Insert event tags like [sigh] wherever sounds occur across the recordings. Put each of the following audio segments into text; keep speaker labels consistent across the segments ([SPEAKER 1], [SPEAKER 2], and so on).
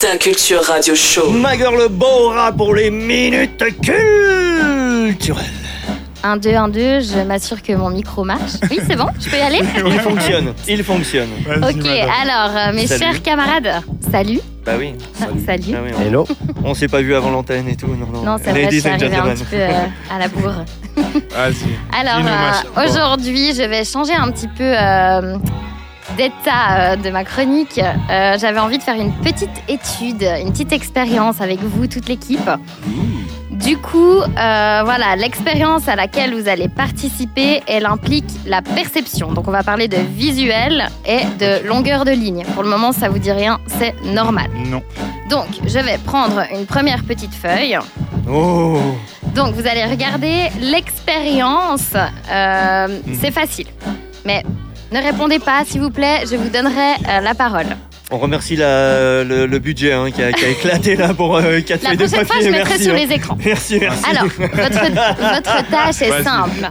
[SPEAKER 1] Ta culture radio show.
[SPEAKER 2] Magor le Bora pour les minutes culturelles.
[SPEAKER 3] 1, 2, 1, 2, je m'assure que mon micro marche. Oui, c'est bon, je peux y aller
[SPEAKER 2] Il fonctionne, il fonctionne.
[SPEAKER 3] Ok, alors, euh, mes
[SPEAKER 2] Salut.
[SPEAKER 3] chers camarades, salut.
[SPEAKER 2] Bah oui.
[SPEAKER 3] Ah, Salut.
[SPEAKER 2] Ah oui, on- On s'est pas vu avant l'antenne et tout. Non, non.
[SPEAKER 3] Non, c'est vrai, je
[SPEAKER 2] Ladies
[SPEAKER 3] suis
[SPEAKER 2] and
[SPEAKER 3] arrivée un
[SPEAKER 2] gentlemen.
[SPEAKER 3] petit peu euh, à la bourre.
[SPEAKER 4] Vas-y.
[SPEAKER 3] Alors,
[SPEAKER 4] Dis-nous, ma
[SPEAKER 3] euh,
[SPEAKER 4] chère. Bon.
[SPEAKER 3] aujourd'hui, je vais changer un petit peu euh, d'état euh, de ma chronique. Euh, J'avais envie de faire une petite étude, une petite expérience avec vous, toute l'équipe. Du coup, euh, voilà, l'expérience à laquelle vous allez participer, elle implique la perception. Donc, on va parler de visuel et de longueur de ligne. Pour le moment, ça vous dit rien, c'est normal.
[SPEAKER 4] Non.
[SPEAKER 3] Donc, je vais prendre une première petite feuille.
[SPEAKER 2] Oh.
[SPEAKER 3] Donc vous allez regarder l'expérience. Euh,
[SPEAKER 2] Hmm.
[SPEAKER 3] C'est facile. Mais ne répondez pas, s'il vous plaît, je vous donnerai euh, la parole.
[SPEAKER 2] On remercie la- le, le budget hein, qui, a, qui a éclaté là pour euh, 4
[SPEAKER 3] La
[SPEAKER 2] feuilles de
[SPEAKER 3] prochaine
[SPEAKER 2] papier.
[SPEAKER 3] fois, je mettrai
[SPEAKER 2] merci,
[SPEAKER 3] sur
[SPEAKER 2] hein.
[SPEAKER 3] les écrans.
[SPEAKER 2] Merci, merci.
[SPEAKER 3] Alors, votre, votre tâche est
[SPEAKER 4] Vas-y.
[SPEAKER 3] simple.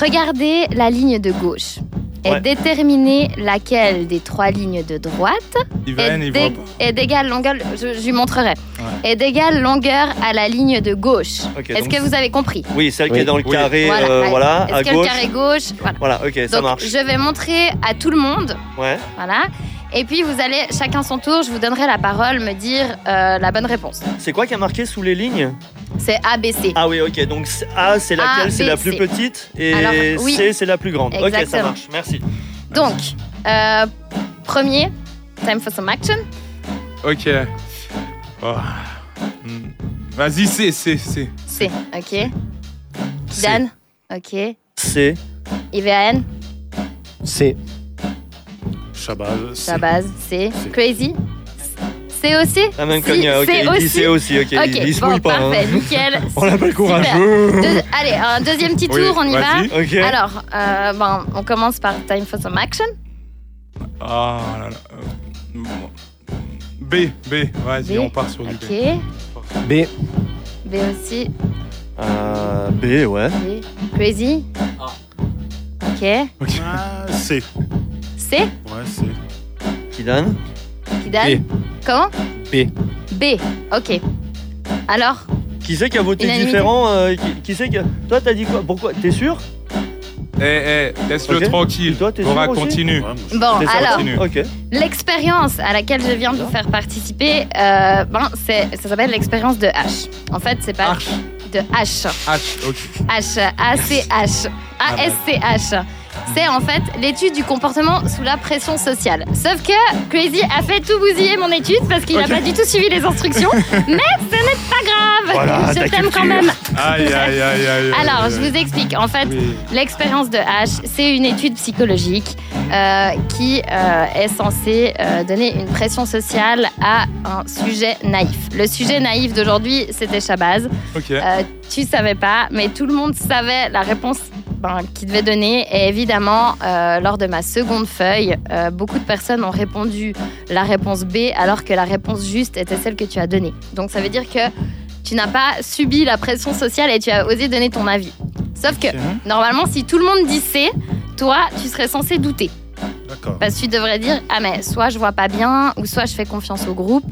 [SPEAKER 3] Regardez la ligne de gauche et
[SPEAKER 2] Ouais.
[SPEAKER 3] déterminez laquelle des trois lignes de droite
[SPEAKER 4] Ivan,
[SPEAKER 3] est,
[SPEAKER 4] il
[SPEAKER 3] d'é-
[SPEAKER 4] voit pas.
[SPEAKER 3] est d'égale longueur, je, je lui montrerai, est d'égale longueur à la ligne de gauche.
[SPEAKER 2] Ok,
[SPEAKER 3] Est-ce
[SPEAKER 2] donc-
[SPEAKER 3] que vous avez compris
[SPEAKER 2] [laughs] Oui, celle qui
[SPEAKER 5] Oui.
[SPEAKER 2] est dans le
[SPEAKER 4] Oui.
[SPEAKER 2] carré, euh,
[SPEAKER 3] ouais.
[SPEAKER 2] voilà,
[SPEAKER 3] Est-ce
[SPEAKER 2] à
[SPEAKER 3] que
[SPEAKER 2] gauche.
[SPEAKER 3] le carré gauche, voilà.
[SPEAKER 2] Voilà, ok, ça
[SPEAKER 3] Donc,
[SPEAKER 2] marche.
[SPEAKER 3] Je vais montrer à tout le monde,
[SPEAKER 2] Ouais.
[SPEAKER 3] voilà. Et puis vous allez chacun son tour, je vous donnerai la parole, me dire euh, la bonne réponse.
[SPEAKER 2] C'est quoi qui a marqué sous les lignes
[SPEAKER 3] C'est ABC.
[SPEAKER 2] Ah oui, ok. Donc c'est- A, c'est
[SPEAKER 3] A,
[SPEAKER 2] laquelle C'est
[SPEAKER 3] B,
[SPEAKER 2] la
[SPEAKER 3] C.
[SPEAKER 2] plus petite et
[SPEAKER 3] Alors, oui.
[SPEAKER 2] C, c'est la plus grande. Ok, ça
[SPEAKER 3] Exactement.
[SPEAKER 2] marche. Merci.
[SPEAKER 3] Donc, euh, premier, time for some action.
[SPEAKER 4] Ok. Oh. Hmm. Vas-y, c'est, c'est, c'est.
[SPEAKER 3] C, ok.
[SPEAKER 4] C'est.
[SPEAKER 3] Dan, ok.
[SPEAKER 2] C.
[SPEAKER 3] IVAN,
[SPEAKER 5] C'est
[SPEAKER 4] Shabazz. c'est.
[SPEAKER 3] la base. C.
[SPEAKER 4] C.
[SPEAKER 3] Crazy. C aussi
[SPEAKER 2] La Ah, même
[SPEAKER 3] Si,
[SPEAKER 2] cogne, ok.
[SPEAKER 3] c'est
[SPEAKER 2] Il dit
[SPEAKER 3] aussi.
[SPEAKER 2] c'est aussi, ok.
[SPEAKER 3] Ok,
[SPEAKER 2] il, il se
[SPEAKER 3] bon,
[SPEAKER 2] mouille pas. hein.
[SPEAKER 3] parfait, [laughs] nickel.
[SPEAKER 2] [laughs] On l'a pas le courage. hein.
[SPEAKER 3] Super. Deux- allez, un deuxième petit tour,
[SPEAKER 4] Oui,
[SPEAKER 3] on y va.
[SPEAKER 4] vas-y.
[SPEAKER 2] Ok.
[SPEAKER 3] Alors, euh, ben, on commence par time for some action.
[SPEAKER 4] Ah là là. Euh, bon. B, B, vas-y,
[SPEAKER 3] B,
[SPEAKER 4] on part sur du B.
[SPEAKER 3] Ok.
[SPEAKER 5] B.
[SPEAKER 3] B aussi,
[SPEAKER 2] Euh, B, ouais.
[SPEAKER 3] B. Crazy. Ok.
[SPEAKER 4] C.
[SPEAKER 3] C.
[SPEAKER 4] Ouais, C.
[SPEAKER 2] Qui donne
[SPEAKER 3] Qui donne Comment
[SPEAKER 5] B.
[SPEAKER 3] B. Ok. Alors
[SPEAKER 2] Qui c'est qui a voté
[SPEAKER 3] Unanimité.
[SPEAKER 2] différent euh, Qui, qui c'est qui a- Toi, t'as dit quoi Pourquoi T'es sûr
[SPEAKER 4] Eh, eh, laisse-le
[SPEAKER 2] Ok.
[SPEAKER 4] tranquille.
[SPEAKER 2] Et toi, t'es
[SPEAKER 4] Bora,
[SPEAKER 2] sûr aussi
[SPEAKER 4] continue.
[SPEAKER 3] Bon,
[SPEAKER 2] T'es sûr
[SPEAKER 3] Oh, alors,
[SPEAKER 4] continue.
[SPEAKER 2] Ok.
[SPEAKER 3] l'expérience à laquelle je viens de vous faire participer, euh, ben, c'est- ça s'appelle l'expérience de H. En fait, c'est pas
[SPEAKER 2] Ah.
[SPEAKER 4] Arch,
[SPEAKER 3] de H.
[SPEAKER 4] H, ok.
[SPEAKER 3] H. A-C-H.
[SPEAKER 2] Ah, ben.
[SPEAKER 3] A-S-C-H. C'est en fait l'étude du comportement sous la pression sociale. Sauf que Crazy a fait tout bousiller mon étude parce qu'il n'a
[SPEAKER 2] Ok.
[SPEAKER 3] pas du tout suivi les
[SPEAKER 2] [laughs]
[SPEAKER 3] instructions. mais ce n'est pas grave.
[SPEAKER 2] Voilà, ta
[SPEAKER 3] je t'aime
[SPEAKER 2] culture.
[SPEAKER 3] quand même.
[SPEAKER 4] Aïe, aïe, aïe, aïe.
[SPEAKER 3] Alors, je vous explique. En fait, l'expérience de H, c'est une étude psychologique euh, qui euh, est censée euh, donner une pression sociale à un sujet naïf. Le sujet naïf d'aujourd'hui, c'était Shabazz.
[SPEAKER 4] Ok.
[SPEAKER 3] Euh, tu savais pas, mais tout le monde savait la réponse ben, qu'il devait donner. Et évidemment, euh, lors de ma seconde feuille, euh, beaucoup de personnes ont répondu la réponse B, alors que la réponse juste était celle que tu as donnée. Donc ça veut dire que tu n'as pas subi la pression sociale et tu as osé donner ton avis. Sauf que normalement, si tout le monde dit C, toi, tu serais censé douter.
[SPEAKER 4] D'accord.
[SPEAKER 3] Parce que tu devrais dire ah mais soit je vois pas bien ou soit je fais confiance au groupe.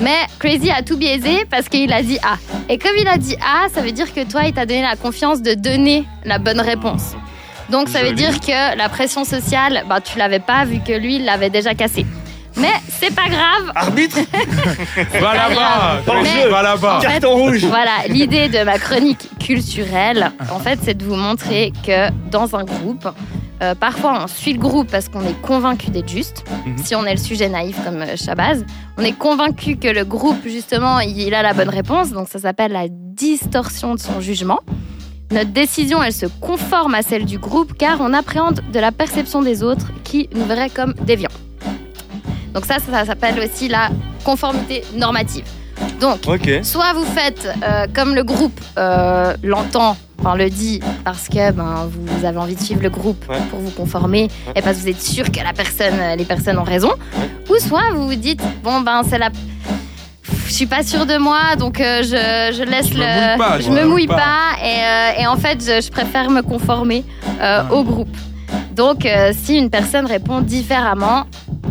[SPEAKER 3] Mais Crazy a tout biaisé parce qu'il a dit A. Et comme il a dit A, ça veut dire que toi, il t'a donné la confiance de donner la bonne réponse. Donc ça veut
[SPEAKER 4] Joli.
[SPEAKER 3] dire que la pression sociale, bah, tu l'avais pas vu que lui, il l'avait déjà cassée. Mais c'est pas grave.
[SPEAKER 2] Arbitre
[SPEAKER 4] Va
[SPEAKER 3] pas
[SPEAKER 4] là-bas,
[SPEAKER 3] grave.
[SPEAKER 4] Crazy,
[SPEAKER 3] Mais-
[SPEAKER 4] va là-bas.
[SPEAKER 3] fait-
[SPEAKER 2] Carton rouge
[SPEAKER 3] Voilà, l'idée de ma chronique culturelle, en fait, c'est de vous montrer que dans un groupe, euh, parfois on suit le groupe parce qu'on est convaincu d'être juste.
[SPEAKER 4] Mhm.
[SPEAKER 3] Si on est le sujet naïf comme euh, Shabazz, on est convaincu que le groupe, justement, il a la bonne réponse. Donc ça s'appelle la distorsion de son jugement. Notre décision, elle se conforme à celle du groupe car on appréhende de la perception des autres qui nous verraient comme déviants. Donc ça, ça, ça s'appelle aussi la conformité normative. Donc,
[SPEAKER 2] Ok.
[SPEAKER 3] Soit vous faites euh, comme le groupe euh, l'entend, enfin le dit, parce que ben, vous avez envie de suivre le groupe
[SPEAKER 2] Ouais.
[SPEAKER 3] pour vous conformer et parce que vous êtes sûr que la personne, euh, les personnes ont raison. Ou soit vous vous dites, bon ben c'est la... Je suis pas sûre de moi, donc euh, je, je laisse
[SPEAKER 4] Je me
[SPEAKER 3] le.
[SPEAKER 4] mouille pas,
[SPEAKER 3] je
[SPEAKER 4] je
[SPEAKER 3] me
[SPEAKER 4] me
[SPEAKER 3] mouille
[SPEAKER 4] mouille pas.
[SPEAKER 3] pas et, euh, et en fait, je, je préfère me conformer euh,
[SPEAKER 4] Ah.
[SPEAKER 3] au groupe. Donc, euh, si une personne répond différemment, bah,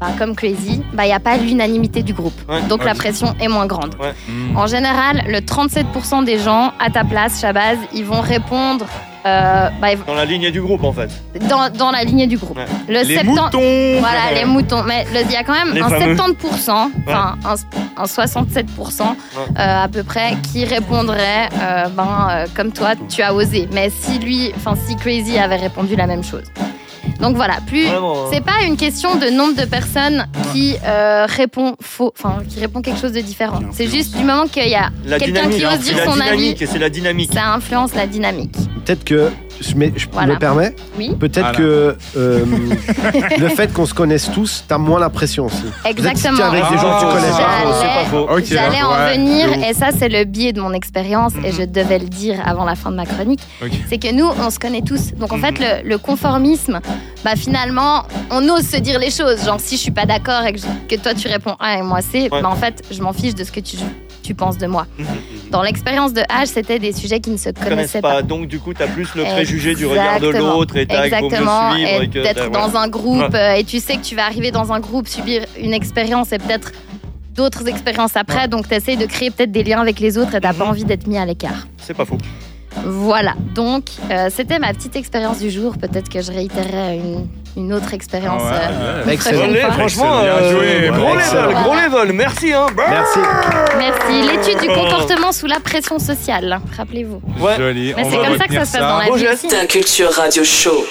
[SPEAKER 3] bah, comme Crazy, il n'y a pas l'unanimité du groupe.
[SPEAKER 2] Ouais,
[SPEAKER 3] Donc
[SPEAKER 4] ouais,
[SPEAKER 3] la
[SPEAKER 4] c'est-
[SPEAKER 3] pression est moins grande.
[SPEAKER 4] Hmm.
[SPEAKER 3] En général, le 37% des gens à ta place, Shabazz, ils vont répondre euh, bah, ils vont-
[SPEAKER 2] Dans la lignée du groupe en fait.
[SPEAKER 3] dans, dans la lignée du groupe.
[SPEAKER 2] Ouais.
[SPEAKER 3] Le
[SPEAKER 4] Les
[SPEAKER 3] 70
[SPEAKER 4] moutons
[SPEAKER 3] Voilà,
[SPEAKER 4] [laughs]
[SPEAKER 3] les moutons. Mais le- il y a quand même
[SPEAKER 2] Les
[SPEAKER 3] un
[SPEAKER 2] fameux.
[SPEAKER 3] 70%, enfin un, un 67% euh, à peu près, qui répondrait euh, ben, euh, comme toi, tu as osé. Mais si lui, enfin si Crazy avait répondu la même chose. Donc voilà, plus.
[SPEAKER 2] Vraiment. hein.
[SPEAKER 3] C'est pas une question de nombre de personnes qui euh, répond faux, enfin qui répond quelque chose de différent.
[SPEAKER 1] Qui
[SPEAKER 3] C'est
[SPEAKER 1] influence.
[SPEAKER 3] juste du moment qu'il y a
[SPEAKER 2] La
[SPEAKER 3] quelqu'un
[SPEAKER 2] dynamique,
[SPEAKER 3] qui
[SPEAKER 2] hein,
[SPEAKER 3] ose
[SPEAKER 2] c'est la
[SPEAKER 3] dire son avis,
[SPEAKER 2] dynamique, et c'est la dynamique. [laughs]
[SPEAKER 3] ça influence la dynamique.
[SPEAKER 5] Peut-être que. Je, mets- je
[SPEAKER 3] Voilà.
[SPEAKER 5] me permets
[SPEAKER 3] Oui.
[SPEAKER 5] Peut-être
[SPEAKER 4] Voilà.
[SPEAKER 5] que euh, [laughs] le fait qu'on se connaisse tous, t'as moins la pression aussi.
[SPEAKER 3] Exactement.
[SPEAKER 5] Peut-être que si t'es avec des gens que tu connais pas.
[SPEAKER 3] J'allais-
[SPEAKER 4] hein,
[SPEAKER 2] c'est pas faux.
[SPEAKER 1] Ok,
[SPEAKER 3] J'allais en
[SPEAKER 1] ouais,
[SPEAKER 3] venir,
[SPEAKER 1] de ouf.
[SPEAKER 3] et ça c'est le biais de mon expérience, et
[SPEAKER 4] Mhm.
[SPEAKER 3] je devais le dire avant la fin de ma chronique,
[SPEAKER 4] Ok.
[SPEAKER 3] c'est que nous, on se connaît tous. Donc en fait,
[SPEAKER 4] Mhm.
[SPEAKER 3] le, le conformisme, bah finalement, on ose se dire les choses. Genre, si je suis pas d'accord et que, je- que toi tu réponds A et moi C,
[SPEAKER 2] Ouais.
[SPEAKER 3] bah en fait, je m'en fiche de ce que tu, tu penses de moi. Dans l'expérience de H, c'était des sujets qui ne se
[SPEAKER 2] Ils connaissent
[SPEAKER 3] connaissaient
[SPEAKER 2] pas.
[SPEAKER 3] pas.
[SPEAKER 2] donc du coup t'as plus le préjugé du regard de
[SPEAKER 3] Exactement.
[SPEAKER 2] l'autre et t'as il vaut mieux
[SPEAKER 3] Exactement,
[SPEAKER 2] suivre
[SPEAKER 3] et
[SPEAKER 2] et que-
[SPEAKER 3] d'être
[SPEAKER 2] voilà.
[SPEAKER 3] dans un groupe, euh, et tu sais que tu vas arriver dans un groupe, subir une expérience et peut-être d'autres expériences après, donc tu essayes de créer peut-être des liens avec les autres et t'as pas
[SPEAKER 2] Mhm.
[SPEAKER 3] envie d'être mis à l'écart.
[SPEAKER 2] C'est pas faux.
[SPEAKER 3] Voilà, donc euh, c'était ma petite expérience du jour, peut-être que je réitérerai une, une autre expérience.
[SPEAKER 4] Ah ouais,
[SPEAKER 3] euh,
[SPEAKER 4] ouais.
[SPEAKER 3] une
[SPEAKER 5] Excellent.
[SPEAKER 3] prochaine
[SPEAKER 2] Allez,
[SPEAKER 3] fois.
[SPEAKER 2] franchement,
[SPEAKER 4] Excellent, bien
[SPEAKER 2] euh,
[SPEAKER 4] joué,
[SPEAKER 2] gros
[SPEAKER 5] ouais,
[SPEAKER 2] level,
[SPEAKER 5] excellent.
[SPEAKER 2] gros level, merci hein. Brrr.
[SPEAKER 5] Merci.
[SPEAKER 3] Merci. L'étude
[SPEAKER 2] Oh.
[SPEAKER 3] du comportement sous la pression sociale, rappelez-vous.
[SPEAKER 2] Ouais.
[SPEAKER 4] Joli.
[SPEAKER 3] Mais
[SPEAKER 4] on
[SPEAKER 3] c'est
[SPEAKER 4] va
[SPEAKER 3] comme ça que
[SPEAKER 4] retenir
[SPEAKER 3] ça se passe dans la
[SPEAKER 2] Beau
[SPEAKER 3] vie
[SPEAKER 2] geste.
[SPEAKER 3] aussi.
[SPEAKER 6] Culture Radio Show.